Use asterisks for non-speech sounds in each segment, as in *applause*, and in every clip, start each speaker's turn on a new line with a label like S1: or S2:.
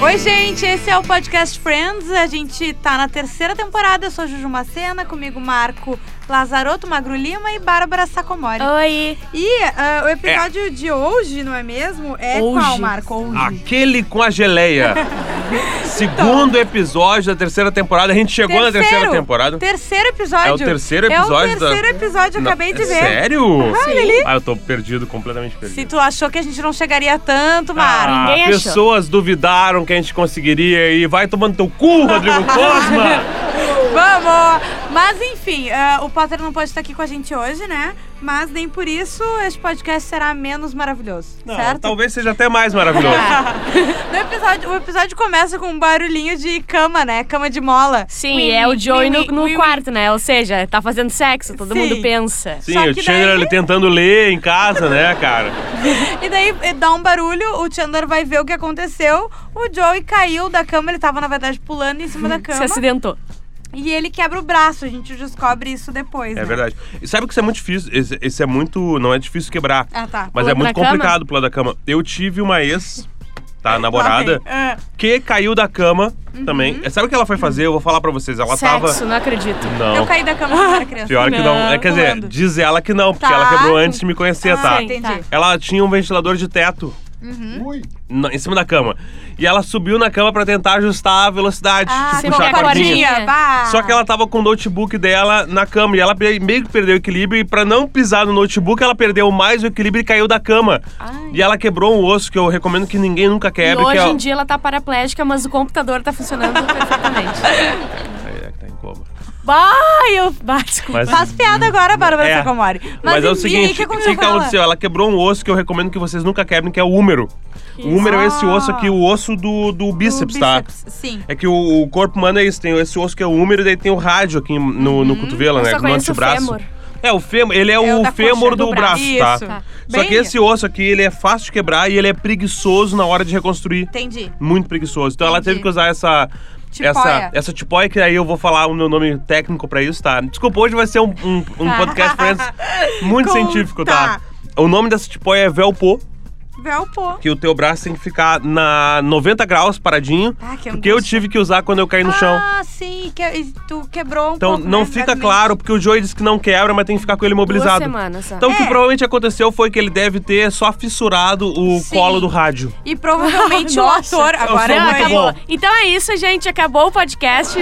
S1: Oi, gente, esse é o Podcast Friends. A gente tá na terceira temporada. Eu sou Juju Macena, comigo Marco Lazarotto, Magro Lima e Bárbara Sacomori.
S2: Oi.
S1: E ah, o episódio de hoje, não é mesmo? É qual,
S2: Hoje.
S1: Marco? Hoje.
S3: Ah. Aquele com a
S1: *laughs*
S3: geleia.
S1: Então.
S3: Segundo episódio da terceira temporada. A gente chegou na terceira temporada.
S1: Terceiro episódio.
S3: É o terceiro
S1: É
S3: episódio
S1: o
S3: da-
S1: terceiro episódio, eu
S3: Não,
S1: acabei de
S3: é
S1: ver.
S3: Sério?
S1: Ah, olha ali.
S3: Ah, eu tô perdido, completamente perdido.
S1: Se tu achou que a gente não chegaria tanto, Marco.
S3: Ah,
S2: Ninguém achou.
S3: pessoas duvidaram que a gente conseguiria e vai tomando teu cu,
S1: *laughs*
S3: Rodrigo Cosma!
S1: Vamos! Mas enfim, eh, o Potter não pode estar aqui com a gente hoje, né? Mas nem por isso este podcast será menos maravilhoso,
S3: Não, tá
S1: certo? É.
S3: talvez seja até mais maravilhoso.
S1: *laughs* No episódio, o episódio começa com um barulhinho de cama, né? Cama de mola.
S2: Sim,
S1: Ui,
S2: é o
S1: ui,
S2: Joey no,
S1: ui,
S2: no
S1: ui, ui.
S2: quarto, né? Ou seja, tá fazendo sexo, todo
S1: Sim.
S2: mundo pensa.
S3: Sim,
S1: Só
S3: o
S1: que
S3: Chandler
S1: daí-
S3: ele tentando ler em casa, né, cara?
S1: E daí eh, dá um barulho, o Chandler vai ver o que aconteceu. O Joey caiu da cama, ele tava, na verdade, pulando em cima da
S2: *laughs* Se
S1: cama.
S2: acidentou.
S1: E ele quebra o braço, a gente descobre isso depois.
S3: É
S1: né?
S3: verdade. E sabe que isso é muito difícil? Esse, esse é muito. Não é difícil quebrar.
S1: Ah, tá.
S3: Mas
S2: Pular
S3: é muito
S2: da cama?
S3: complicado pular da cama. Eu tive uma ex, tá?
S1: Lá
S3: Namorada,
S1: vem. Uhum. Ah.
S3: que caiu da cama também. É, Sabe o que ela foi fazer? Eu vou falar pra vocês. Ela
S2: sexo,
S3: tava.
S2: não acredito.
S1: Eu
S3: Não.
S1: caí da cama
S3: *laughs*
S1: quando era criança.
S3: Pior
S2: Ah,
S3: que não. É, quer dizer,
S1: Pulando.
S3: diz ela que não, porque
S1: Tá.
S3: ela quebrou antes de me conhecer,
S1: Ah,
S3: tá?
S2: sim.
S1: entendi.
S2: Tá.
S3: Ela tinha um ventilador de teto.
S1: Uhum.
S3: na- em cima da cama. E ela subiu na cama pra tentar ajustar a velocidade.
S1: Ah,
S3: tipo,
S2: com
S3: puxar a
S2: a cordinha.
S3: cordinha.
S1: bah.
S3: Só que ela tava com o notebook dela na cama e ela pe- meio que perdeu o equilíbrio e pra não pisar no notebook, ela perdeu mais o equilíbrio e caiu da cama.
S2: Ai.
S3: E ela quebrou um osso que eu recomendo que ninguém nunca
S2: E
S3: quebre, que
S2: hoje
S3: é
S2: em dia ela tá paraplégica, mas o computador tá funcionando perfeitamente.
S3: É, é que tá em coma.
S2: Bah, eu... Bah, desculpa.
S3: Mas-
S1: Faz piada agora, Bárbara
S3: É.
S1: Sacomori.
S3: Mas, é o
S1: enfim,
S3: seguinte,
S1: o que
S3: o
S1: aconteceu
S3: que,
S1: com ela?
S3: aconteceu? Ela quebrou um osso que eu recomendo que vocês nunca quebrem, que é o húmero. O húmero é esse osso aqui, o osso do, do
S1: O
S3: bíceps, tá?
S1: bíceps, Sim.
S3: É que o, o corpo humano é isso, tem esse osso que é o húmero e daí tem o rádio aqui no,
S1: Uhum.
S3: no cotovelo,
S2: Eu
S3: né?
S2: só
S3: No
S2: conheço o
S3: antebraço.
S2: fêmur.
S3: É, o fêmur, ele é,
S1: o da
S3: o
S1: coxa,
S3: fêmur
S1: do
S3: do, braço,
S1: braço. Isso.
S3: tá?
S1: Tá.
S3: Só
S1: Bem-
S3: que esse osso aqui, ele é fácil de quebrar e ele é preguiçoso na hora de reconstruir.
S1: Entendi.
S3: Muito preguiçoso. Então ela
S1: Entendi.
S3: teve que usar essa...
S1: Tipóia.
S3: Essa, essa tipóia, que aí eu vou falar o meu nome técnico pra isso, tá? Desculpa, hoje vai ser um, um, um podcast Friends
S1: *laughs*
S3: muito
S1: Tá. Conta.
S3: científico, tá? O nome dessa tipóia é Velpô,
S1: Velpô.
S3: que o teu braço tem que ficar na 90 graus paradinho,
S1: Ah, que
S3: porque eu
S1: angústia.
S3: tive que usar quando eu caí no chão.
S1: Ah, sim. Que, e tu quebrou um
S3: Então
S1: pouco,
S3: não
S1: né,
S3: fica
S1: exatamente.
S3: claro, porque o Joey disse que não quebra, mas tem que ficar com ele
S2: Duas
S3: imobilizado.
S2: semanas só.
S3: Então o que
S1: É.
S3: provavelmente aconteceu foi que ele deve ter só fissurado o
S1: Sim.
S3: colo do rádio.
S1: E
S2: *laughs*
S1: provavelmente o
S2: Nossa.
S1: ator...
S3: Eu
S1: Agora,
S3: sou
S1: é-
S2: Não,
S3: muito
S2: acabou.
S3: bom.
S2: Então é isso, gente. Acabou o podcast.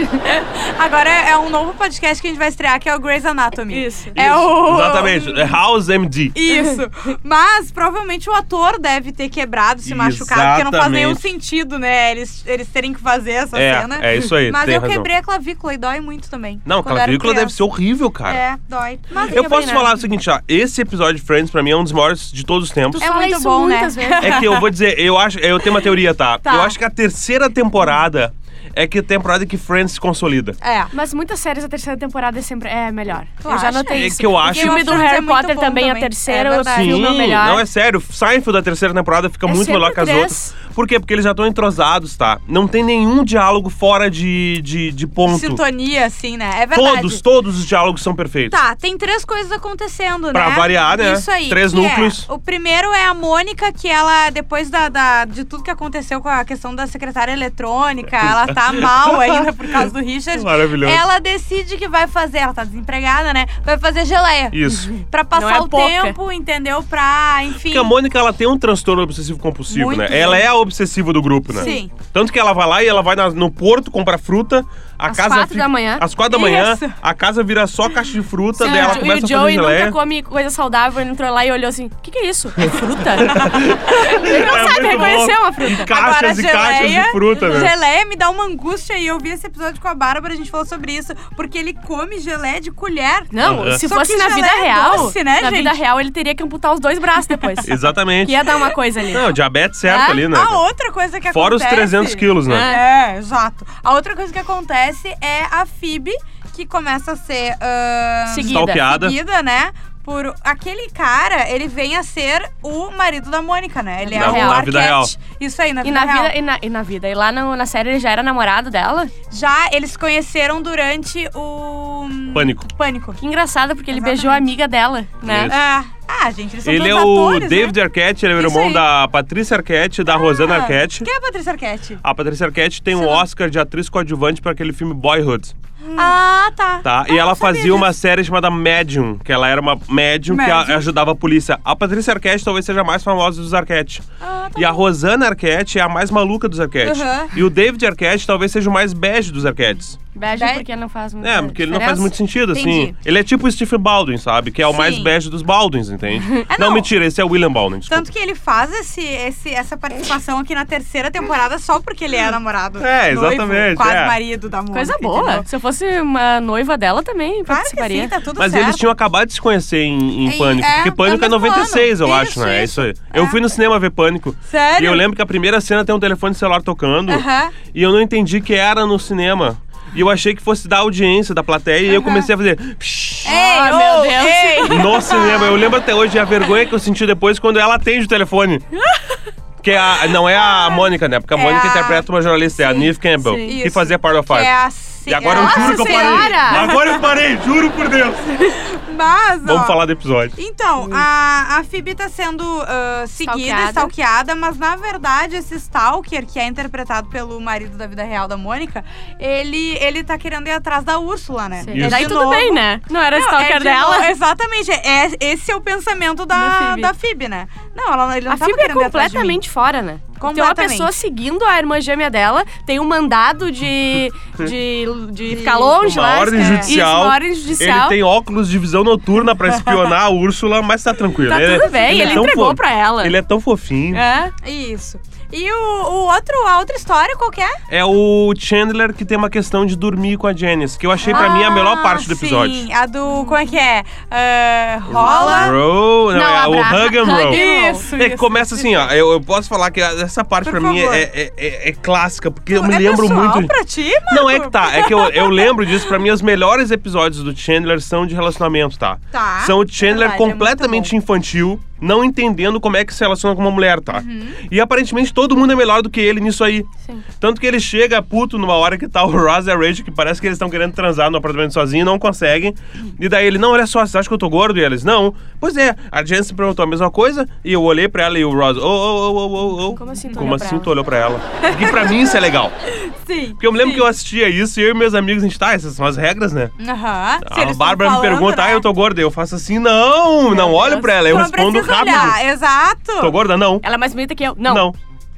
S1: agora é é um novo podcast que a gente vai estrear, que é o Grey's Anatomy.
S2: Isso.
S1: É o...
S3: Exatamente. É House MD.
S1: Isso. Mas provavelmente o ator deve ter quebrado, se machucado, porque não faz nenhum
S3: Exatamente.
S1: sentido, né? Eles, eles terem que fazer essa
S3: É,
S1: cena.
S3: é isso aí,
S1: Mas
S3: tem
S1: eu
S3: razão.
S1: quebrei a clavícula e dói muito também.
S3: Não,
S1: quando
S3: aquela
S1: era
S3: película deve
S1: criança.
S3: ser horrível, cara.
S1: É, dói. Mas
S3: Eu
S1: ninguém
S3: posso
S1: vai, né?
S3: falar o seguinte, ó. Esse episódio de Friends, pra mim, é um dos maiores de todos os tempos.
S1: É muito
S2: isso
S1: bom, né?
S2: muitas vezes.
S3: É que eu vou dizer, eu acho. Eu tenho uma teoria, tá?
S1: Tá.
S3: Eu acho que a terceira temporada é que a temporada que Friends se consolida.
S1: É.
S2: Mas muitas séries da terceira temporada é sempre é melhor.
S1: Tu
S2: eu já
S1: acha?
S2: notei
S3: É
S2: isso.
S3: que eu acho-
S2: O filme
S1: Game
S2: do
S1: of Thrones é
S2: Harry
S1: muito
S2: Potter
S1: bom
S2: também,
S1: também.
S2: a terceira,
S1: É
S2: o
S1: verdade.
S2: filme é o melhor.
S3: Não, é sério. Seinfeld da terceira temporada fica
S2: É
S3: muito
S2: sempre
S3: melhor que as
S2: três.
S3: outras. Por quê? Porque eles já estão entrosados, tá? Não tem nenhum diálogo fora de, de, de ponto.
S2: é
S1: Sintonia, assim, né? É verdade.
S3: Todos, todos os diálogos são perfeitos.
S1: Tá, tem três coisas acontecendo,
S3: Pra
S1: né?
S3: variar, né?
S1: Isso aí.
S3: Três
S1: que é,
S3: núcleos.
S1: o primeiro é a Mônica, que ela, depois da, da- de tudo que aconteceu com a questão da secretária
S3: *laughs*
S1: eletrônica, ela tá mal ainda por causa do Richard.
S3: Maravilhoso.
S1: Ela decide que vai fazer, ela tá desempregada, né? Vai fazer geleia.
S3: Isso.
S1: Pra
S2: Não
S1: passar
S2: é
S1: o
S2: pouca.
S1: tempo, entendeu? Pra, enfim.
S3: Porque a Mônica, ela tem um transtorno obsessivo compulsivo,
S1: Muito
S3: né?
S1: bom.
S3: Ela é a obsessiva do grupo, né?
S1: Sim.
S3: Tanto que ela vai lá e ela vai na- no porto, compra fruta, a
S2: Às
S3: casa
S2: quatro
S3: fica-
S2: da manhã.
S3: Às quatro da manhã,
S1: Isso.
S3: a casa vira só caixa de fruta,
S2: Sim,
S3: daí ela
S2: o- e o
S3: começa a fazer
S2: Joey
S3: geleia.
S2: nunca come coisa saudável, ele entrou lá e olhou assim: o que, que é isso? É
S3: *laughs*
S2: fruta?
S3: Ele
S2: não sabe reconhecer uma fruta.
S3: Caixas É e caixas de fruta, né?
S1: Geleia me dá uma angústia e eu vi esse episódio com a Bárbara, a gente falou sobre isso, porque ele come geleia de colher.
S2: Não,
S3: Aham.
S2: se
S1: Só
S2: fosse
S1: que
S2: na
S1: já
S2: vida
S1: é
S2: real.
S1: doce, né,
S2: na
S1: gente?
S2: vida real, ele teria que amputar os dois braços
S3: *laughs*
S2: depois.
S3: Exatamente.
S2: Ia dar uma coisa ali.
S3: Não, diabetes certo
S1: É?
S2: Ah,
S3: ali, né?
S1: A outra coisa que
S3: Fora os
S1: acontece...
S3: 300 quilos, né?
S1: É, exato. A outra coisa que acontece é a Phoebe, que começa a ser ah,
S2: Seguida.
S3: Stalkeada.
S1: seguida, né? Por aquele cara, ele vem a ser o marido da Mônica, né? Ele é
S3: Na-
S1: o
S2: na
S3: vida
S1: Arquette. Isso aí, na
S2: E
S1: vida
S2: na
S1: real.
S2: vida, e na, e na vida. E lá no- na série ele já era namorado dela.
S1: Já eles se conheceram durante o... hum,
S3: Pânico.
S1: Pânico.
S2: Que engraçado, porque ele
S1: Exatamente.
S2: beijou a amiga dela, né?
S3: Isso.
S1: É, Ah, gente, eles são
S3: ele é
S1: todos
S3: o
S1: atores, né?
S3: David Arquette, ele é o
S1: Isso
S3: irmão
S1: aí.
S3: da Patrícia Arquette, da Rosana
S1: Ah,
S3: Arquette.
S1: Quem é a Patrícia Arquette?
S3: A Patrícia Arquette tem
S1: Sei
S3: um
S1: lá.
S3: Oscar de atriz coadjuvante para aquele filme Boyhood,
S2: Hum.
S1: Ah, tá.
S3: tá?
S1: Ah,
S3: e ela
S1: não sabia
S3: fazia
S1: disso.
S3: uma série chamada Medium, que ela era uma médium, que a-
S1: Medium.
S3: ajudava a polícia. A Patrícia Arquette talvez seja a mais famosa dos Arquette.
S1: Ah, tá
S3: E a
S1: bom.
S3: Rosana Arquette é a mais maluca dos Arquettes.
S1: Aham.
S3: E o David Arquette talvez seja o mais bege dos Arquettes.
S2: Bege
S1: Bege-
S2: porque não faz muito
S1: Hum,
S3: É, porque ele não faz muito sentido, assim.
S2: Entendi.
S3: Ele é tipo o Steve Baldwin, sabe? Que é o
S1: Sim.
S3: mais bege dos
S1: *laughs*
S3: Baldwins, entende?
S1: Ah,
S3: não.
S1: não.
S3: mentira, esse é o William Baldwin, desculpa.
S1: Tanto que ele faz esse, esse- essa participação aqui na terceira temporada só porque ele é namorado.
S3: É, exatamente,
S1: Noivo, quase
S3: é.
S1: marido da música.
S2: Coisa boa.
S1: entendeu?
S2: Se eu fosse uma noiva dela
S1: Claro
S2: também,
S1: que
S2: participaria.
S1: sim, tá tudo
S3: Mas
S1: certo.
S3: eles tinham acabado de se conhecer em, em
S1: Em-
S3: Pânico.
S1: é,
S3: porque
S1: no
S3: Pânico é
S1: mesmo
S3: 96, eu
S1: ano.
S3: acho, né? É
S1: Isso,
S3: isso aí.
S1: isso.
S3: Eu
S1: É.
S3: fui no cinema ver Pânico.
S1: Sério?
S3: E eu lembro que a primeira cena tem um telefone celular tocando.
S1: Aham.
S3: E eu não entendi que era no cinema. E eu achei que fosse da audiência, da plateia. E eu comecei a fazer...
S1: Ei,
S2: Ah,
S1: ô,
S2: meu Deus.
S1: ei. é
S3: No cinema. Eu lembro até hoje a vergonha que eu senti depois quando ela atende o telefone. Que é a- não é a Mônica, né? Porque a
S1: É
S3: Mônica
S1: a-
S3: interpreta uma jornalista, é a Neve Campbell,
S2: sim.
S3: que
S1: Isso.
S3: fazia Part of
S1: Que
S3: Five.
S1: é a ce-
S3: E agora
S1: Nossa
S3: eu juro que eu parei.
S2: Senhora!
S3: Agora eu parei, juro por Deus.
S1: Mas, ó,
S3: Vamos falar Hum. do episódio.
S1: Então, a, a Phoebe tá sendo ah, seguida,
S2: Stalkeada.
S1: stalkeada, mas na verdade esse stalker, que é interpretado pelo marido da vida real da Mônica, ele, ele tá querendo ir atrás da Úrsula, né?
S2: Sim.
S1: É
S3: Isso.
S2: Daí
S1: de
S2: tudo
S1: novo-
S2: bem, né? Não era
S1: Não,
S2: stalker
S1: é de
S2: dela.
S1: novo- exatamente, é, esse é o pensamento da,
S2: Da
S1: da, Phoebe.
S2: Phoebe.
S1: né? Não, ela, ele não
S2: A
S1: tava
S2: Phoebe é
S1: querendo ir atrás de mim.
S2: completamente fora, né? Tem uma
S1: Completamente.
S2: pessoa seguindo a irmã gêmea dela, tem um mandado
S3: *laughs*
S2: de, de, de ficar longe
S3: Uma
S2: lá.
S3: ordem
S2: escre-
S3: judicial.
S2: Então, Isso, uma ordem
S3: Ele
S2: judicial.
S3: tem óculos de visão noturna pra espionar a Úrsula, mas tá tranquilo.
S2: Tá
S3: Ele é-
S2: tudo bem, ele,
S3: é tão
S2: entregou
S3: fo-
S2: pra ela.
S3: Ele é tão fofinho. É.
S2: É.
S1: Isso. E o, o outro, a outra história é? qualquer?
S3: É o Chandler que tem uma questão de dormir com a Janice, que eu achei pra mim é a melhor parte
S2: Ah,
S3: do episódio.
S1: Ah, Sim, a do. Como é que é? Ah, rola.
S3: Roll, não,
S2: Não,
S3: é
S2: abraça.
S3: o Hug and Roll.
S2: Hug
S1: Isso,
S3: É que
S1: isso.
S3: começa assim, ó. Eu, eu posso falar que essa parte
S1: Por
S3: pra mim
S1: favor.
S3: é, é- é- é clássica, porque eu me
S1: é
S3: lembro
S1: pessoal
S3: muito.
S1: pra ti, Marco?
S3: Não, é que tá. É que eu, eu lembro disso. Pra mim, os melhores episódios do Chandler são de relacionamento, tá?
S1: Tá,
S3: São o Chandler
S1: verdade, é muito
S3: completamente infantil, não entendendo como é que se relaciona com uma mulher, tá? E aparentemente todo mundo é melhor do que ele nisso aí.
S2: Uhum. Sim.
S3: Tanto que ele chega puto numa hora que tá o Ross e a Rachel, que parece que eles estão querendo transar no apartamento sozinho, não conseguem. E daí ele, não, olha só, você acha que eu tô gordo? E eles, não. Pois é, a Janice perguntou a mesma coisa e eu olhei pra ela e o Ross, ô, ô, ô, ô, ô, ô.
S2: Como assim tu
S3: Como
S2: olhou pra
S3: assim
S2: ela?
S3: tu olhou pra ela? E pra mim isso é legal.
S1: Sim.
S3: Porque eu me lembro que eu assistia isso e eu e meus amigos, a gente, tá, essas são as regras, né?
S1: Aham. Se
S3: a
S1: eles tão
S3: Bárbara me
S1: falando,
S3: pergunta,
S1: né?
S3: ah, eu tô gorda. Eu faço assim, não, não olho pra ela. Eu
S1: Tu não
S3: respondo
S1: precisa
S3: rápido.
S1: Olhar. Exato.
S3: Tô gorda? Não.
S2: Ela é mais bonita que eu. Não.
S3: Não.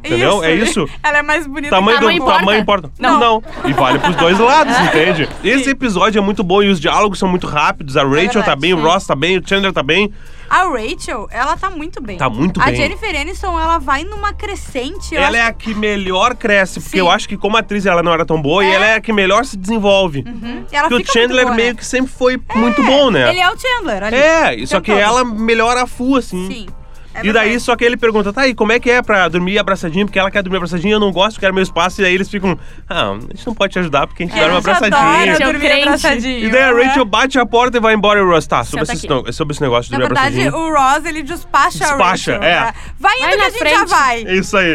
S3: Entendeu? É
S1: *laughs*
S3: isso. Tá
S1: Ela é mais bonita
S3: Tamanho,
S1: que a
S3: do,
S2: Tamanho
S1: Mônica.
S2: importa?
S3: tamanho importa.
S2: Não.
S3: E vale pros
S1: *laughs*
S3: dois lados,
S1: É.
S3: entende? Esse episódio é muito bom e os diálogos são muito rápidos. A Rachel tá
S1: É verdade,
S3: bem, o Ross tá bem, o Chandler tá bem.
S1: A Rachel, ela tá muito bem.
S3: Tá muito
S1: a
S3: bem.
S1: Jennifer Aniston, ela vai numa crescente. eu
S3: Ela
S1: acho-
S3: é a que melhor cresce, porque
S1: Sim.
S3: eu acho que como atriz ela não era tão boa e
S1: É.
S3: ela é a que melhor se desenvolve.
S1: Uhum. E ela
S3: Porque o
S1: fica muito
S3: Chandler
S1: boa,
S3: meio
S1: né?
S3: que sempre foi muito bom, né?
S1: Ele é o Chandler ali.
S3: É, só que
S1: Tentou.
S3: ela melhora a full, assim.
S1: Sim. é
S3: e daí,
S1: verdade.
S3: só que ele pergunta, tá, e como é que é pra dormir abraçadinho? Porque ela quer dormir abraçadinha, eu não gosto, quero meu espaço. E aí eles ficam, ah, a gente não pode te ajudar porque a gente
S1: É,
S3: dorme
S1: eu adoro
S3: abraçadinho.
S2: Rachel
S1: dormir
S2: crente.
S1: abraçadinho. é-
S3: E daí a
S1: Aham.
S3: Rachel bate a porta e vai embora e o Ross, tá, sobre,
S2: Senta
S3: esse,
S2: aqui.
S3: no- sobre esse negócio de
S1: Na
S3: dormir
S1: verdade,
S3: abraçadinho.
S1: o Ross, ele despacha,
S3: Despacha,
S1: a Rachel.
S3: é.
S1: né? Vai indo
S2: Vai
S1: que
S2: na
S1: a gente já
S2: frente.
S1: vai.
S3: É
S1: *laughs*
S3: Isso aí.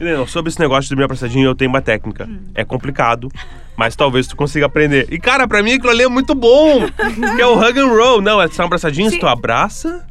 S3: E daí, não, sobre esse negócio de dormir abraçadinho, eu tenho uma técnica.
S1: Hum.
S3: É complicado. Mas talvez tu consiga aprender. E, cara, pra mim aquilo ali é muito bom. que é o hug and roll. Não, é só um abraçadinho, se tu abraça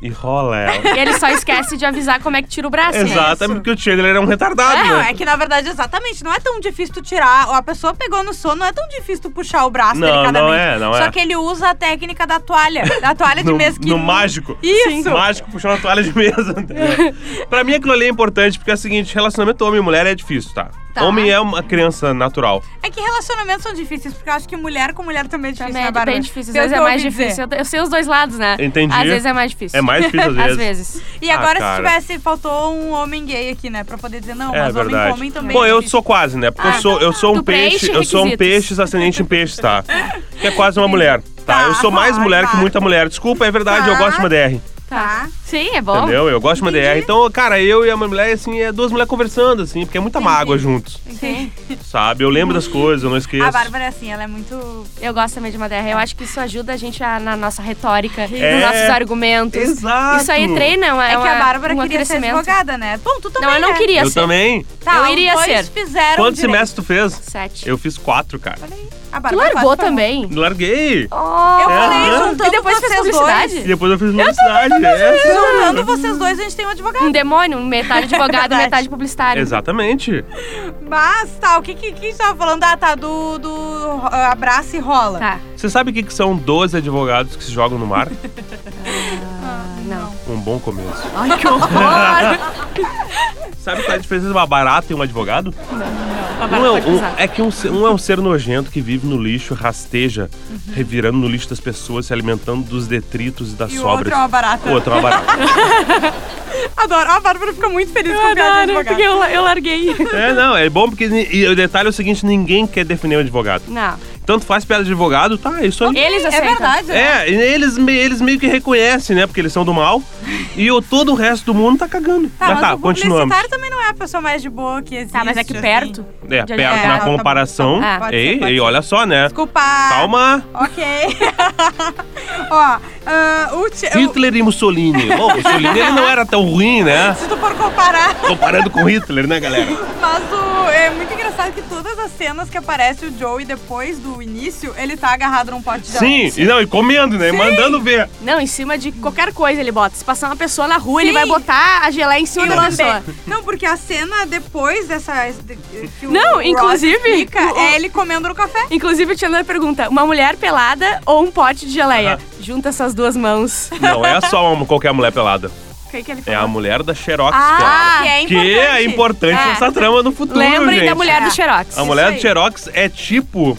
S3: e rola ela.
S2: E ele só esquece de avisar como é que tira o braço. né?
S3: Exatamente, porque o Chandler é um retardado,
S1: Não,
S3: né?
S1: é que na verdade, exatamente, não é tão difícil tu tirar. A pessoa pegou no sono, não é tão difícil tu puxar o braço
S3: Não,
S1: delicadamente.
S3: não é, não
S1: Só
S3: é.
S1: que ele usa a técnica da toalha. Da toalha é de
S3: No,
S1: mesa que.
S3: no mágico.
S1: Isso.
S3: Mágico puxando a toalha de mesa.
S1: *laughs*
S3: entendeu? pra mim aquilo ali é importante, porque é o seguinte, relacionamento homem e mulher é difícil, tá?
S1: Tá.
S3: Homem é uma criança natural.
S1: É que relacionamentos são difíceis, porque eu acho que mulher com mulher também é difícil,
S2: Também
S1: né,
S2: é
S1: Bárbara?
S2: bem difícil. Às
S1: Pelo
S2: vezes
S1: que
S2: é
S1: eu
S2: mais
S1: ouvi dizer.
S2: difícil. Eu- Eu sei os dois lados, né?
S3: Entendi.
S2: Às vezes é mais difícil.
S3: É mais difícil às vezes.
S2: Às vezes.
S1: E agora,
S3: Ah,
S1: se
S3: cara.
S1: tivesse, faltou um homem gay aqui, né? Pra poder dizer, não,
S3: É
S1: mas homem
S3: verdade.
S1: com homem também.
S3: Bom,
S1: é
S3: eu
S1: difícil.
S3: sou quase, né? Porque
S1: Ah,
S3: eu sou, eu sou um
S2: Tu preenche
S3: peixe, eu sou um
S2: requisitos.
S3: peixe ascendente em peixes, tá? Que é quase uma mulher, tá?
S1: Tá,
S3: Eu sou mais
S1: vai,
S3: mulher que
S1: vai.
S3: muita mulher. Desculpa, é verdade, eu
S1: Tá.
S3: gosto de uma DR,
S1: Tá.
S2: Sim, é bom.
S3: entendeu? Eu gosto de uma DR. Então, cara, eu e a minha mulher, assim, é duas mulheres conversando, assim, porque é muita mágoa juntos,
S1: Sim.
S3: sabe? Eu lembro das coisas, eu não
S1: A
S3: esqueço.
S1: Bárbara é assim, ela é muito.
S2: Eu gosto também de uma DR. Eu acho que isso ajuda a gente a- na nossa retórica,
S3: É.
S2: nos nossos argumentos.
S3: Exato.
S2: Isso aí treina, é uma,
S1: É, que a
S2: uma-
S1: Bárbara
S2: um
S1: queria ser
S2: crescimento.
S1: advogada, né? Bom, tu também.
S2: Não, eu não
S1: né?
S2: queria
S3: Eu
S2: ser.
S3: também.
S1: Tá,
S2: Eu iria
S1: os dois
S2: ser.
S1: fizeram.
S3: Quantos
S1: um direito.
S3: semestres tu fez?
S2: Sete.
S3: Eu fiz quatro, cara.
S1: Olha aí. A
S2: Tu
S1: Bárbara
S2: largou
S1: quase foi
S2: também.
S3: Larguei.
S1: Eu
S2: Oh.
S1: falei,
S3: Aham.
S1: juntando
S2: E depois
S1: vocês
S2: fez publicidade?
S1: dois.
S3: E depois eu fiz publicidade. É.
S1: Juntando vocês dois, a gente tem um advogado.
S2: Um demônio, metade advogado, um
S1: Verdade.
S2: metade publicitário.
S3: Exatamente.
S1: Mas tá, o que, que, que a gente tava falando? Ah, tá, do, do ah, abraço e rola.
S2: Tá.
S3: Você sabe o que, que são 12 advogados que se jogam no
S1: *laughs*
S3: mar?
S2: Ah, não.
S3: Um bom começo.
S2: Ai, que horror!
S3: *laughs* Sabe qual é a diferença de uma barata e um advogado?
S2: Agora
S3: Um é,
S2: pode
S3: um-
S2: começar.
S3: é que um, ser- um é um ser nojento que vive no lixo, rasteja,
S1: Uhum.
S3: revirando no lixo das pessoas, se alimentando dos detritos e das
S1: E o
S3: sobras.
S1: outro é uma barata.
S3: O outro é uma barata.
S1: Adoro. A Bárbara fica muito feliz com o piada de
S2: Adoro,
S1: advogado.
S2: porque eu, eu larguei.
S3: é, não, é bom porque. ni- E o detalhe é o seguinte: ninguém quer defender um advogado.
S2: Não.
S3: Tanto faz piada de advogado, tá, isso aí.
S2: Eles
S1: É
S2: aceitam.
S1: verdade, né?
S3: É, e eles, me- eles meio que reconhecem, né? Porque eles são do mal. E o, todo o resto do mundo tá cagando.
S1: Tá, mas
S3: tá,
S1: o
S3: continuamos.
S1: publicitário também não é a pessoa mais de boa que existe.
S2: Tá, mas é que
S1: assim.
S2: perto.
S3: É,
S2: de-
S3: perto
S1: é,
S3: na
S1: tá bom,
S3: comparação.
S2: tá bom.
S1: Pode ser,
S3: ei,
S1: pode
S3: ei,
S1: ser.
S3: olha só, né?
S1: Desculpa.
S3: Calma.
S1: Ok. *laughs* Ó, ah, o ti- eu-
S3: Hitler e Mussolini. Bom, Mussolini ele não era tão ruim, né?
S1: se tu for comparar,
S3: Comparando com Hitler, né, galera?
S1: mas o, é muito engraçado que todas as cenas que aparece o Joey depois do início, ele tá agarrado num pote de
S3: Sim, e não, e comendo, né? Mandando ver.
S2: Não, em cima de qualquer coisa ele bota. Se passar uma pessoa na rua, ele
S1: Sim.
S2: vai botar a geleia em cima
S3: é
S2: da pessoa.
S1: Não, porque a cena depois dessa. de- que o
S2: Não,
S1: Ross
S2: inclusive-
S1: Fica, é ele comendo no café.
S2: Inclusive, o Chandler pergunta: uma mulher pelada ou um pote de geleia? Junta essas duas mãos.
S3: Não é só uma, qualquer mulher pelada.
S2: O que, que ele
S3: É a
S2: fala?
S3: mulher da Xerox,
S2: Ah,
S3: cara.
S1: que é
S3: Que é importante
S2: É.
S3: nessa trama no futuro,
S2: Lembrem
S3: gente.
S2: da mulher do
S1: É.
S2: Xerox.
S3: A mulher
S1: aí.
S3: do Xerox é tipo...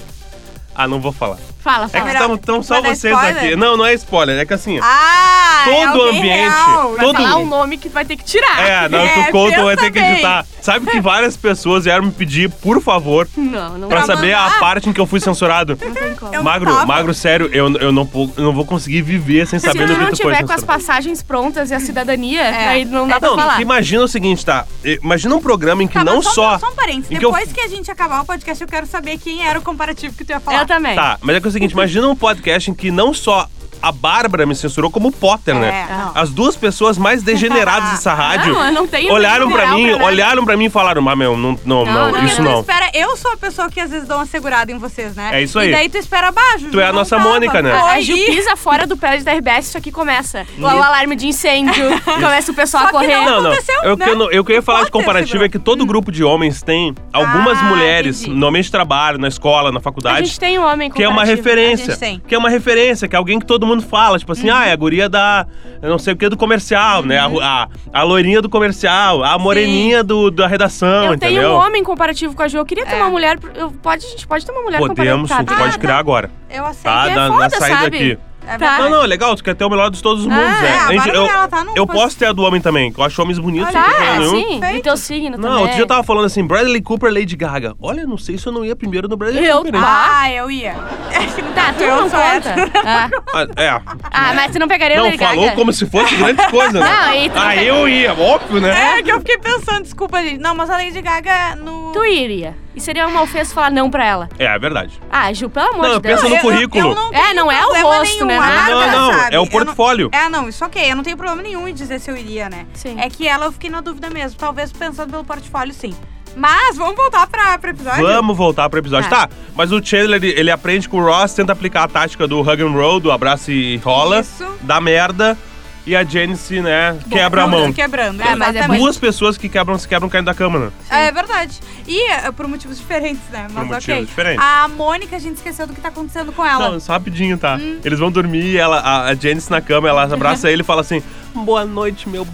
S3: Ah, não vou falar.
S2: Fala,
S3: É que
S2: fala.
S1: Melhor.
S3: estão tão só
S1: Vai dar
S3: vocês
S1: spoiler?
S3: aqui. Não, não é spoiler. É que assim...
S1: Ah!
S3: Todo
S1: é alguém
S3: ambiente,
S1: real.
S2: Vai
S3: todo-
S2: falar um nome que vai ter que tirar.
S3: É, não,
S1: É,
S3: tu conta,
S1: pensa
S3: vai ter que
S1: bem.
S3: editar. Sabe que várias pessoas vieram me pedir, por favor,
S2: Não, não,
S3: pra
S1: Pra
S3: saber
S1: mandar?
S3: a parte em que eu fui censurado.
S2: não tem como.
S1: Eu não
S3: magro,
S1: tava.
S3: magro, sério, eu, eu, não, po- eu não vou conseguir viver sem
S2: Se
S3: saber
S2: tu
S3: do que
S2: não
S3: tu foi
S2: tiver com as
S3: censurado.
S2: passagens prontas e a cidadania,
S1: É.
S2: aí não dá pra
S3: É, Não,
S2: falar.
S3: tu imagina o seguinte, tá? Imagina um programa em que
S1: Tá, mas
S3: não só.
S1: Só um parênteses.
S3: em que eu-
S1: Depois que, a gente acabar o podcast, eu quero saber quem era o comparativo que tu ia falar.
S2: Eu também.
S3: Tá, mas é que é o seguinte, imagina um podcast em que não só a Bárbara me censurou, como o Potter, né?
S1: É, não.
S3: As duas pessoas mais degeneradas dessa rádio
S2: Não, eu não tenho
S3: olharam
S2: muito
S3: pra
S2: moral
S3: mim,
S2: pra nada.
S3: olharam pra mim e falaram: Ah, meu, não, não,
S2: Não,
S3: não,
S2: não,
S3: isso
S1: Mas
S3: não.
S1: Espera, eu sou a pessoa que às vezes dá uma segurada em vocês, né?
S3: É isso aí.
S1: E daí tu espera abaixo.
S3: Tu é a nossa Mônica, né?
S2: A, a
S1: Aí,
S2: Gil pisa fora do prédio da RBS, isso aqui começa.
S3: Hum.
S2: O alarme de
S3: *laughs*
S2: incêndio, começa o pessoal
S1: Só
S2: a
S1: que
S2: correr.
S1: não-
S3: Não, não.
S1: aconteceu,
S3: Eu,
S1: né?
S3: que, eu, não- eu queria falar de
S1: Potter,
S3: comparativo
S1: sobrou.
S3: é que todo grupo de homens tem algumas
S1: Ah,
S3: mulheres
S1: entendi.
S3: no meio de trabalho, na escola, na
S2: A
S3: faculdade.
S2: gente tem um homem
S3: Que é uma
S2: comparativo.
S1: A
S3: referência.
S1: gente tem.
S3: Que é uma referência, que é alguém que todo mundo fala. Tipo assim,
S2: Uhum.
S3: ah, é a guria da. eu não sei o que do comercial, né? A, a, a loirinha do comercial, a moreninha do, da redação,
S2: Eu
S3: entendeu?
S2: tenho um homem comparativo com a Gil. Eu queria ter
S1: É.
S2: uma mulher. Eu, pode, a gente pode ter uma mulher
S3: Podemos,
S2: comparativa.
S3: a gente um pode criar agora.
S1: Eu aceito.
S3: Tá?
S2: que é
S3: na, na
S2: foda,
S3: saída
S2: sabe?
S3: aqui.
S1: É
S2: Tá.
S1: verdade.
S3: Não, não, é legal, tu quer ter o melhor de todos os mundos,
S2: Ah,
S3: né?
S1: é,
S3: A
S1: a
S3: gente-
S1: Bárbara,
S3: eu
S1: ela tá num
S3: eu
S1: posi-
S3: posso ter a do homem também, que eu acho homens bonitos, não tem
S2: Tá,
S3: problema nenhum.
S2: sim. E
S1: Feito.
S2: teu signo
S3: Não,
S2: também.
S3: outro dia eu tava falando assim, Bradley Cooper, Lady Gaga. Olha, não sei se eu não ia primeiro no Bradley
S2: Eu
S3: Cooper. né? hein?
S1: Ah, eu ia. *laughs* É que não
S2: Tá, tu
S1: eu
S2: não
S1: sou
S2: conta.
S1: hétero.
S2: Ah,
S3: Ah, é.
S2: Ah, mas tu não pegaria o
S3: Não,
S2: Lady Gaga?
S3: falou como se fosse grande coisa, né?
S2: Não, aí tu não
S3: ah,
S2: pega-
S3: eu ia, óbvio, né?
S1: É que eu fiquei pensando, desculpa, gente. Não, mas a Lady Gaga no.
S2: Tu iria. E seria uma ofensa falar não pra ela.
S3: É, é verdade.
S2: Ah, Ju, pelo amor
S3: Não,
S2: de
S3: eu
S2: Deus.
S3: penso
S1: Eu-
S3: no
S1: eu-
S3: currículo.
S1: eu não
S2: É,
S1: tenho
S2: não é o
S1: problema
S2: rosto,
S1: nenhum,
S2: né?
S1: a
S2: Não,
S1: Bárbara
S3: não,
S1: sabe.
S3: é o
S1: Eu não-
S3: portfólio.
S1: é, não, isso ok. Eu não tenho problema nenhum em dizer se eu iria, né?
S2: Sim.
S1: É que ela eu fiquei na dúvida mesmo. Talvez pensando pelo portfólio, sim. Mas vamos voltar pra, pro episódio?
S3: Vamos voltar pro episódio.
S2: Tá.
S3: Tá, mas o Chandler, ele, ele aprende com o Ross, tenta aplicar a tática do hug and roll, do abraço e rola,
S1: Isso.
S3: dá merda, e a Janice, né, quebra a
S1: Não,
S3: mão.
S1: Quebrando.
S2: É, mas é
S1: exatamente.
S3: Duas pessoas que quebram se quebram caindo da cama, né?
S1: É verdade. E é, por motivos diferentes, né? Mas
S3: motivos
S1: ok.
S3: diferentes.
S1: A Mônica, a gente esqueceu do que tá acontecendo com ela.
S3: Não, só rapidinho, tá? Eles vão dormir, ela, a, a Janice na cama, ela abraça ele e fala assim: Boa noite, meu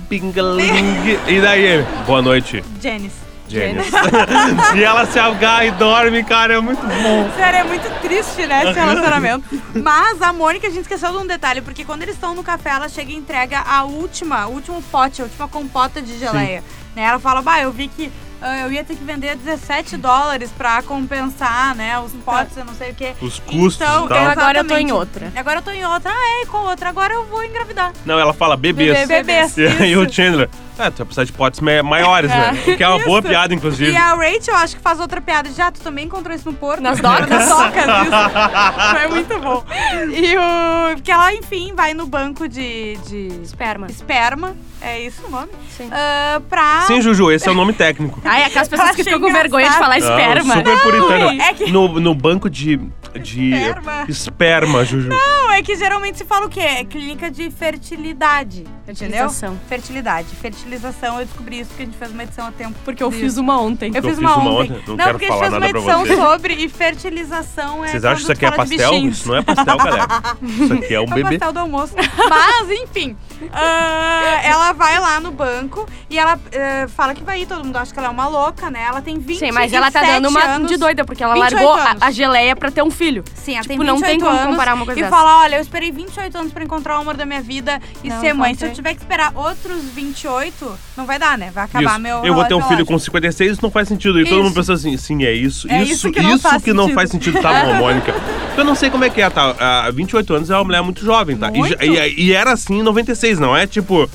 S3: bingaling. e daí ele, boa noite,
S1: Janice.
S3: Janice. *laughs* e ela se agarra e dorme, cara, é muito bom.
S1: Sério, é muito triste, né, esse
S3: *laughs*
S1: relacionamento. Mas a Mônica, a gente esqueceu de um detalhe, porque quando eles estão no café, ela chega e entrega a última, o último pote, a última compota de geleia. Né? Ela fala, bah, eu vi que ah, eu ia ter que vender 17 dólares pra compensar, né, os potes, eu não sei o quê. Então,
S3: Os custos e tal.
S2: Então, Agora eu tô em
S1: exatamente.
S2: outra.
S1: Agora eu tô em outra. Ah, é, qual outra? Agora eu vou engravidar.
S3: Não, ela fala bebês.
S2: Bebê, bebês,
S3: *laughs* E aí
S1: isso.
S3: o Chandler, é, tu vai precisar de potes mai- maiores, né? O
S1: *laughs*
S3: que é uma boa
S1: Isso.
S3: piada, inclusive.
S1: E a Rachel, acho que faz outra piada. Já, tu também encontrou isso no porto?
S2: Nas docas?
S1: Nas docas, isso.
S2: *laughs*
S1: É muito bom. E o... Porque ela, enfim, vai no banco de... de...
S2: Esperma.
S1: Esperma. É isso o nome?
S2: Sim.
S1: Ah, pra.
S3: Sim, Juju, esse é o
S1: *laughs*
S3: nome técnico.
S2: Ai, aquelas pessoas que
S1: achei
S2: ficam com vergonha de
S1: engraçado.
S2: falar esperma.
S3: Ah, super puritano.
S1: é que-
S3: no, no banco de. de
S1: Esperma.
S3: esperma, Juju.
S1: Não, é que geralmente se fala o quê? É clínica de fertilidade. Entendeu?
S2: Fertilização.
S1: Fertilidade. Fertilização, eu descobri isso porque a gente fez uma edição há tempo.
S2: Porque eu
S1: disso.
S2: fiz uma ontem.
S1: Eu
S3: Não,
S1: fiz uma ontem.
S3: não quero
S1: porque
S3: falar
S1: a gente
S3: nada
S1: fez
S3: pra
S1: uma edição
S3: vocês.
S1: sobre e fertilização é.
S3: Vocês acham que
S1: quando
S3: isso
S1: tu
S3: aqui é
S1: fala de
S3: pastel?
S1: bichinhos.
S3: Isso não é
S1: *laughs*
S3: pastel, galera. Isso aqui é um
S1: É o
S3: bebê.
S1: pastel do almoço. Mas, enfim. ah, ela vai lá no banco e ela ah, fala que vai ir. Todo mundo acha que ela é uma louca, né? Ela tem 20
S2: Sim, mas ela tá dando uma
S1: anos.
S2: de doida, porque ela
S1: 28
S2: largou a,
S1: anos.
S2: a geleia pra ter um filho.
S1: Sim, ela tem
S2: Tipo, não
S1: 28
S2: tem como
S1: anos
S2: comparar uma coisa
S1: E
S2: dessa.
S1: fala, olha, eu esperei 28 anos pra encontrar o amor da minha vida e
S2: Não,
S1: ser mãe. Se
S2: encontrei.
S1: eu tiver que esperar outros 28, não vai dar, né? Vai acabar
S3: Isso.
S1: meu
S3: eu vou ter um
S1: relógio é
S3: filho com 56, isso não faz sentido. E todo
S1: Isso.
S3: mundo pensa assim, sim, é isso.
S1: É
S3: isso
S1: isso que não faz
S3: que não
S1: sentido.
S3: faz
S1: *laughs*
S3: sentido, tá bom, Mônica? Eu não sei como é que é, tá? Ah, 28 anos é uma mulher muito jovem, tá? E
S1: Muito.
S3: já- E, e era assim em 96, não é? Tipo,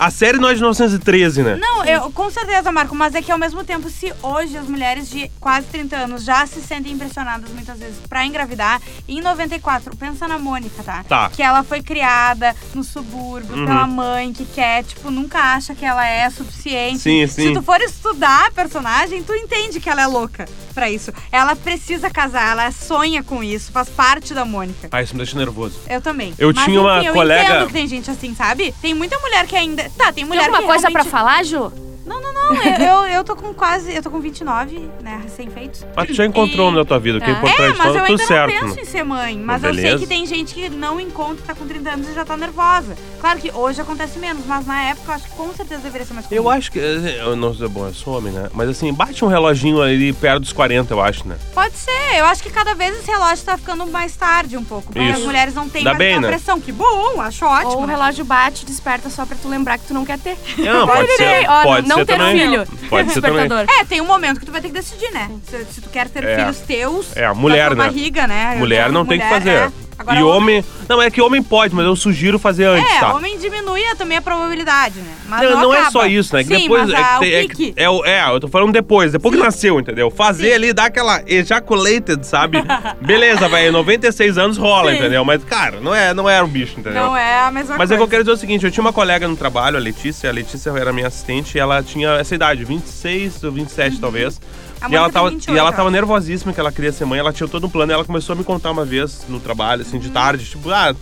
S3: a série não é de 1913, né?
S1: Não, eu com certeza, Marco, mas é que ao mesmo tempo, se hoje as mulheres de quase 30 anos já se sentem impressionadas muitas vezes pra engravidar, em 94, pensa na Mônica, tá?
S3: Tá.
S1: Que ela foi criada no subúrbio
S3: Uhum.
S1: pela mãe que quer, tipo, nunca acha que ela é suficiente.
S3: Sim, sim.
S1: Se tu for estudar a personagem, tu entende que ela é louca pra isso. Ela precisa casar, ela sonha com isso, faz parte da Mônica.
S3: Ah, isso me deixa nervoso.
S1: Eu também.
S3: Eu
S1: Mas,
S3: tinha uma
S1: enfim, eu
S3: colega-
S1: entendo que tem gente assim, sabe? Tem muita mulher que ainda. Tá, tem
S2: Tem
S1: mulher
S2: alguma
S1: que
S2: coisa
S1: realmente...
S2: pra falar, Ju?
S1: Não, não, não. Eu, eu, eu tô com quase. Eu tô com 29, né? Recém-feitos.
S3: Mas tu já encontrou
S2: E-
S3: um na tua vida, o que é
S2: É,
S1: É, mas
S3: importante. tá
S1: eu
S3: tudo
S1: ainda
S3: certo.
S1: não penso em ser mãe. Mas
S3: Bom,
S1: eu sei
S3: beleza.
S1: que tem gente que não encontra, tá com 30 anos e já tá nervosa. Claro que hoje acontece menos, mas na época eu acho que com certeza deveria ser mais comum.
S3: Eu acho que. eh, Eu não sei, bom, eu sou homem, né? Mas assim, bate um reloginho ali perto dos 40, eu
S1: *laughs*
S3: acho, né?
S1: Pode ser. Eu acho que cada vez esse relógio tá ficando mais tarde um pouco. Porque
S3: Isso.
S1: as mulheres não têm
S3: Dá
S1: mais
S3: bem,
S1: aquela
S3: né?
S1: pressão. Que bom, acho ótimo.
S2: Ou o
S1: né?
S2: relógio bate e desperta só pra tu lembrar que tu não quer ter.
S3: Não, pode ser.
S2: Ó,
S3: Pode
S2: não
S3: ser
S1: um
S2: ter um
S3: também.
S2: filho. *laughs*
S3: Pode
S1: *laughs*
S3: ser também.
S2: Despertador.
S1: É, tem um momento que tu vai ter que decidir, né? Se, se tu quer ter
S3: É.
S1: filhos teus,
S3: É, a mulher,
S1: da tua
S3: né?
S1: barriga, né? Eu
S3: Mulher
S1: digo,
S3: não tem o que
S1: mulher,
S3: fazer.
S1: é. Agora,
S3: e homem... Não, é que homem pode, mas eu sugiro fazer antes,
S1: É,
S3: tá?
S1: homem diminui a- também a probabilidade, né? Mas
S3: Não,
S1: não,
S3: não é
S1: acaba.
S3: só isso, né? Que
S1: Sim,
S3: depois
S1: mas
S3: é, que
S1: a-
S3: tem-
S1: o
S3: é, que-
S1: pique...
S3: é o- é, eu tô falando depois, depois que nasceu, entendeu? Fazer
S1: Sim.
S3: ali, dar aquela ejaculated, sabe?
S1: *laughs*
S3: Beleza, velho, 96 anos rola,
S1: Sim.
S3: entendeu? Mas, cara, não é, não é um bicho, entendeu?
S1: Não é a mesma
S3: Mas
S1: coisa.
S3: é que eu quero dizer o seguinte, eu tinha uma colega no trabalho, a Letícia, a Letícia era minha assistente, e ela tinha essa idade, 26 ou 27 talvez.
S1: Uhum. A
S3: E
S1: Mônica
S3: ela,
S1: tem
S3: tava,
S1: 28,
S3: e ela
S1: eu
S3: tava
S1: acho.
S3: nervosíssima que ela queria ser mãe, ela tinha todo um plano, e ela começou a me contar uma vez no trabalho, assim, de tarde, tipo, ah,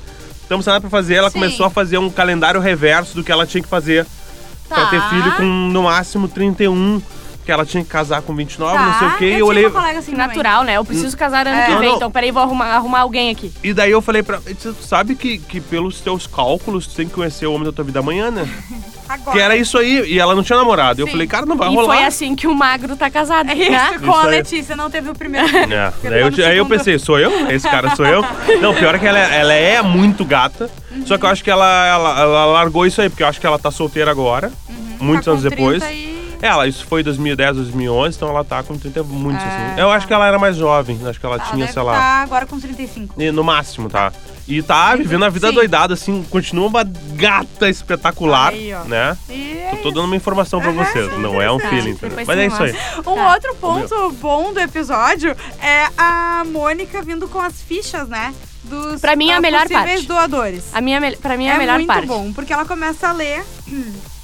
S3: estamos sem nada pra fazer. Ela
S1: Uhum. Sim.
S3: começou a fazer um calendário reverso do que ela tinha que fazer pra
S1: Tá.
S3: ter
S2: Tá.
S3: filho com no máximo 31, que ela tinha que casar com 29, não sei o quê.
S1: Tá? Eu,
S3: e
S1: tinha
S3: eu olhei.
S1: uma colega assim também.
S2: Natural, né? Eu preciso casar ano
S1: É.
S2: que
S3: Não,
S2: vem,
S3: não.
S2: então peraí, vou arrumar, arrumar alguém aqui.
S3: E daí eu falei pra. eu disse, Tu sabe que, que pelos teus cálculos tu tem que conhecer o homem da tua vida amanhã, né?
S1: Agora.
S3: Que era isso aí, e ela não tinha namorado. Eu
S1: Sim.
S3: falei, cara, não vai
S2: e
S3: rolar.
S2: foi assim que o magro tá casado.
S1: É
S2: né?
S1: isso, com a
S3: aí.
S1: Letícia não teve o
S3: *laughs*
S1: primeiro.
S3: É,
S1: Porque
S3: daí
S1: tá
S3: eu,
S1: no
S3: aí eu
S1: segundo.
S3: pensei, sou eu? Esse cara
S1: *laughs*
S3: sou eu? Não, pior é que ela, ela é muito gata,
S1: Uhum.
S3: só que eu acho que ela, ela, ela largou isso aí, porque eu acho que ela tá solteira agora, muitos
S1: Tá com
S3: anos depois. É,
S1: 30 e-
S3: Ela, isso foi 2010, 2011, então ela tá com 30 muitos,
S1: Ah,
S3: assim. Eu acho que ela era mais jovem, acho que ela
S1: Ela
S3: tinha,
S1: deve
S3: sei lá...
S1: tá agora com 35.
S3: E No máximo, tá? E tá vivendo a vida
S1: Sim.
S3: doidada, assim, continua uma gata espetacular,
S1: Aí, ó.
S3: né?
S1: E é
S3: Eu tô dando uma informação pra
S1: Aham,
S3: vocês,
S1: sim,
S3: não é um
S1: interessante.
S3: feeling, entendeu?
S2: Depois
S3: Mas
S2: você
S3: é isso aí.
S1: Um
S2: Tá.
S1: outro ponto bom do episódio é a Mônica vindo com as fichas, né? Dos
S2: Pra mim, é a
S1: ah,
S2: melhor
S1: possíveis
S2: parte.
S1: doadores.
S2: A minha, mel- pra mim é a melhor
S1: muito
S2: parte.
S1: bom, porque ela começa a ler.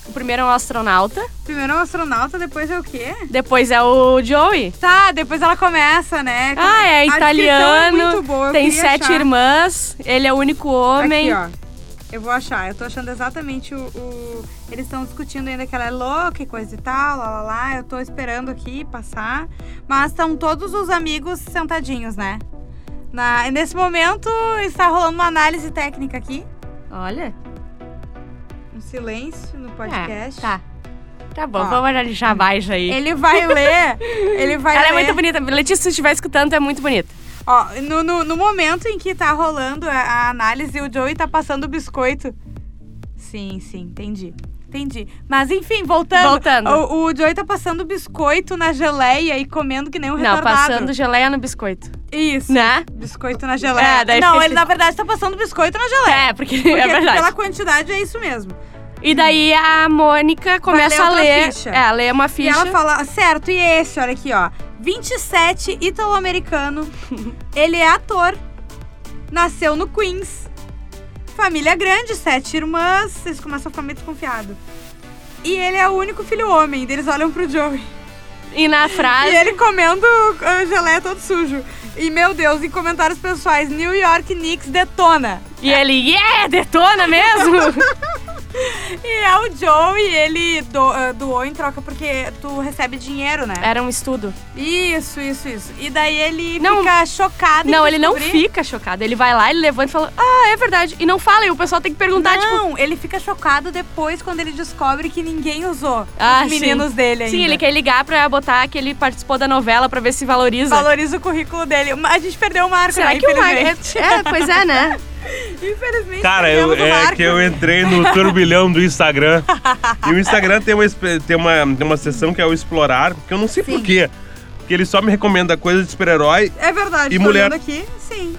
S2: O primeiro é o astronauta,
S1: Primeiro é um astronauta, depois é o quê?
S2: depois é o Joey.
S1: Tá, depois ela começa, né? com-
S2: Ah, é
S1: A descrição
S2: italiano,
S1: é muito boa, eu
S2: tem
S1: queria
S2: sete
S1: achar.
S2: irmãs, ele é o único homem.
S1: Aqui, ó. Eu vou achar, eu tô achando exatamente o. o- Eles estão discutindo ainda que ela é louca e coisa e tal, lá lá lá. Eu tô esperando aqui passar. Mas estão todos os amigos sentadinhos, né? Na- Nesse momento está rolando uma análise técnica aqui.
S2: Olha.
S1: Um silêncio no
S2: É,
S1: podcast.
S2: tá. Tá bom,
S1: Ó.
S2: vamos analisar mais aí.
S1: Ele vai ler. ele vai
S2: Ela
S1: ler.
S2: é muito bonita. Letícia, se você estiver escutando, é muito bonita.
S1: Ó, no, no, no momento em que tá rolando a, a análise, o Joey tá passando o biscoito. Sim, sim, entendi. Entendi. Mas enfim, voltando.
S2: Voltando.
S1: O, o Joey tá passando biscoito na geleia e comendo que nem um
S2: Não,
S1: retardado.
S2: passando geleia no biscoito.
S1: Isso.
S2: Né?
S1: Biscoito na geleia.
S2: É, daí
S1: não,
S2: fica
S1: ele
S2: assim.
S1: na verdade tá passando biscoito na geleia.
S2: É, porque,
S1: Porque
S2: *laughs* é verdade.
S1: pela quantidade é isso mesmo.
S2: E daí a Mônica começa
S1: Vai
S2: a
S1: ler outra
S2: ler.
S1: ficha.
S2: É, ler uma
S1: E
S2: ficha.
S1: ela fala, certo, e esse, olha aqui, ó. 27, italo-americano. ele é ator. Nasceu no Queens. família grande, sete irmãs, eles começam a ficar meio desconfiados. E ele é o único filho homem, daí eles olham pro Joey.
S2: E na frase.
S1: E *laughs* ele comendo ah, geleia todo sujo. E, meu Deus, em comentários pessoais, New York Knicks detona.
S2: E ele, yeah, detona mesmo? *laughs*
S1: E é o Joe e ele do- ah, doou em troca porque tu recebe dinheiro, né?
S2: Era um estudo.
S1: Isso, isso, isso. E daí ele
S2: Não.
S1: fica chocado. em
S2: Não, ele não
S1: descobrir-
S2: fica chocado. Ele vai lá, ele levanta e fala, ah, é verdade. E não fala, e o pessoal tem que perguntar, tipo.
S1: Não, ele fica chocado depois quando ele descobre que ninguém usou
S2: Ah,
S1: os meninos
S2: sim.
S1: dele ainda.
S2: Sim, ele quer ligar pra botar que ele participou da novela pra ver se valoriza.
S1: Valoriza o currículo dele. Mas A gente perdeu o Marco,
S2: Será
S1: né?
S2: que o Marco.
S1: Infelizmente.
S2: É, pois é, né?
S1: Infelizmente,
S3: Cara, eu,
S1: perdemos o
S3: é
S1: Marco.
S3: que eu entrei
S1: *laughs*
S3: no turbilhão do Instagram. e o Instagram tem uma, espe- tem, uma, tem uma seção que é o explorar, que eu não sei por quê. Porque ele só me recomenda coisa de super-herói.
S1: É verdade,
S3: E
S1: tô
S3: mulher.
S1: olhando aqui, sim.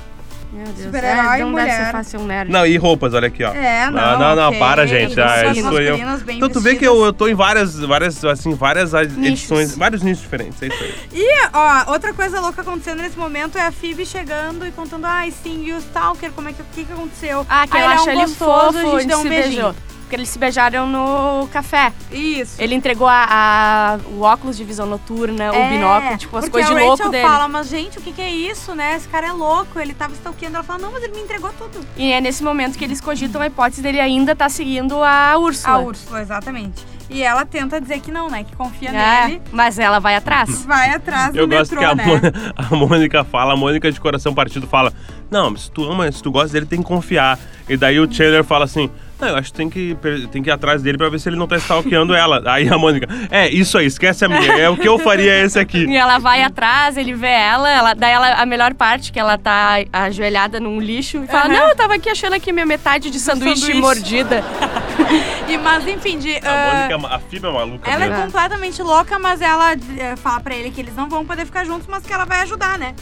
S2: Meu Deus,
S1: Super-herói,
S2: é, não deve
S1: mulher.
S2: ser fácil um nerd.
S3: Não, e roupas, olha aqui, ó. Ah,
S1: É, não.
S3: não, não,
S1: ok.
S3: para, gente. Ah,
S1: Pessoas
S3: isso aí eu.
S1: masculinas bem
S3: Então tu vê que
S1: vestidas.
S3: eu, eu tô em várias, várias, assim, várias a- edições, vários nichos diferentes, é isso aí.
S1: E, ó, outra coisa louca acontecendo nesse momento é a Phoebe chegando e contando, ai, sim, e o Stalker, como é que, o que, que aconteceu?
S2: Ah, que
S1: Aí
S2: eu
S1: ele é
S2: acho
S1: um
S2: ele
S1: gostoso,
S2: fofo,
S1: a gente
S2: ele
S1: deu um
S2: se
S1: beijinho.
S2: beijou. Porque eles se beijaram no café.
S1: Isso.
S2: Ele entregou a, a- o óculos de visão noturna, o
S1: É,
S2: binóculo, tipo, as
S1: porque
S2: coisas de
S1: a Rachel
S2: louco dele.
S1: fala, mas gente, o que, que é isso, né? Esse cara é louco, ele tava stalkeando. Ela fala, não, mas ele me entregou tudo.
S2: E é nesse momento que eles cogitam a hipótese dele ainda tá seguindo a Úrsula.
S1: A Úrsula, exatamente. E ela tenta dizer que não, né? Que confia
S2: É,
S1: nele.
S2: mas ela vai atrás.
S1: Vai atrás do
S3: Eu gosto
S1: metrô,
S3: que a,
S1: né?
S3: Mônica, *laughs* a Mônica fala, a Mônica de coração partido fala: Não, se tu ama, se tu gosta dele, tem que confiar. E daí o Chandler fala assim: Não, eu acho que tem que, per- tem que ir atrás dele pra ver se ele não tá stalkeando ela. Aí a Mônica: É, isso aí, esquece a minha. É o que eu faria é esse aqui.
S1: *laughs*
S2: E ela vai atrás, ele vê ela, ela daí ela, a melhor parte, que ela tá ajoelhada num lixo e fala:
S1: Aham.
S2: Não, eu tava aqui achando aqui minha metade de sanduíche,
S1: sanduíche." *laughs*
S2: mordida.
S1: E, mas enfim, de, ah,
S3: A Mônica, é ma- a Phoebe é maluca.
S1: ela
S3: mesmo.
S1: é completamente louca, mas ela eh, fala pra ele que eles não vão poder ficar juntos, mas que ela vai ajudar, né?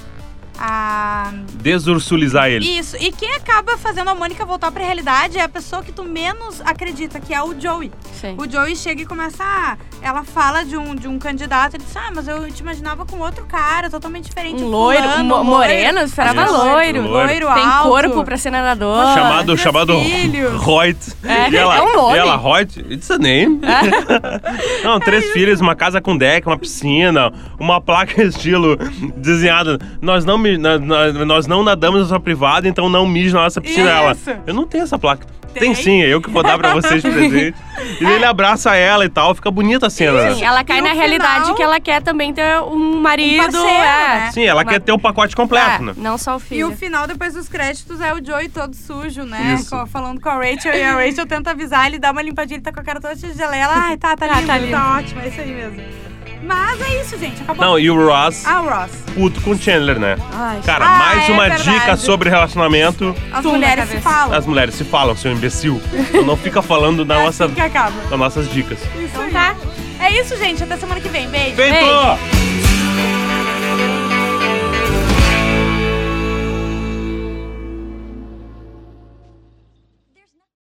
S1: A...
S3: Desursulizar ele.
S1: Isso. E quem acaba fazendo a Mônica voltar pra realidade é a pessoa que tu menos acredita, que é o Joey.
S2: Sim.
S1: O Joey chega e começa a... Ela fala de um, de um candidato, ele diz, ah, mas eu te imaginava com outro cara, totalmente diferente.
S2: Um loiro,
S1: fulano,
S2: um mo- moreno, esperava
S3: Isso,
S2: loiro.
S3: um
S1: Loiro,
S2: Tem
S1: alto.
S2: corpo pra ser nadador.
S3: Chamado,
S1: três
S3: chamado
S1: Ah, filhos.
S3: Reut.
S2: É,
S3: E ela,
S2: é um nome.
S3: e ela, Reut, it's
S1: *laughs*
S3: a name. Não, três filhos, uma casa com deck, uma piscina, uma placa *laughs* estilo desenhada. Nós não, mi- na- na- nós não nadamos na sua privada, então não mije na nossa piscina. Ela,
S1: Isso.
S3: eu não tenho essa placa. Tem,
S1: Tem.
S3: sim, é eu que vou dar pra
S1: *laughs*
S3: vocês de presente. E ele abraça ela e tal, fica bonita a cena.
S2: Sim, ela cai
S1: E
S2: na
S1: no
S2: realidade
S1: final-
S2: que ela quer também ter um marido.
S1: parceiro,
S2: é.
S1: né?
S3: Sim, ela
S2: Uma-
S3: quer ter o pacote
S2: É,
S3: completo, né?
S2: não só o
S1: E o
S2: filho.
S1: final, depois dos créditos, é o Joey todo sujo, né?
S3: Isso.
S1: Co- Falando com a Rachel. E a Rachel tenta avisar, ele dá uma limpadinha, ele tá com a cara toda cheia de geleia. Ela, ai, tá, tá
S2: Ah,
S1: lindo,
S2: tá
S1: tá,
S2: lindo."
S1: ótimo, é isso aí mesmo. Mas é isso, gente, acabou.
S3: Não, e o Ross,
S1: Ah, o Ross.
S3: puto com o Chandler, né?
S2: Ai,
S3: Cara,
S1: Ah,
S3: mais
S1: é
S3: uma
S1: verdade.
S3: dica sobre relacionamento.
S1: As
S2: Tum na
S1: mulheres se
S2: cabeça.
S1: falam. Assim
S3: As mulheres se falam, seu imbecil. Não fica falando da
S1: É
S3: nossa,
S1: assim que acaba.
S3: das nossas dicas.
S1: Isso
S2: Então
S1: aí.
S2: tá.
S1: É isso, gente. Até semana que vem. Beijo.
S3: Feito!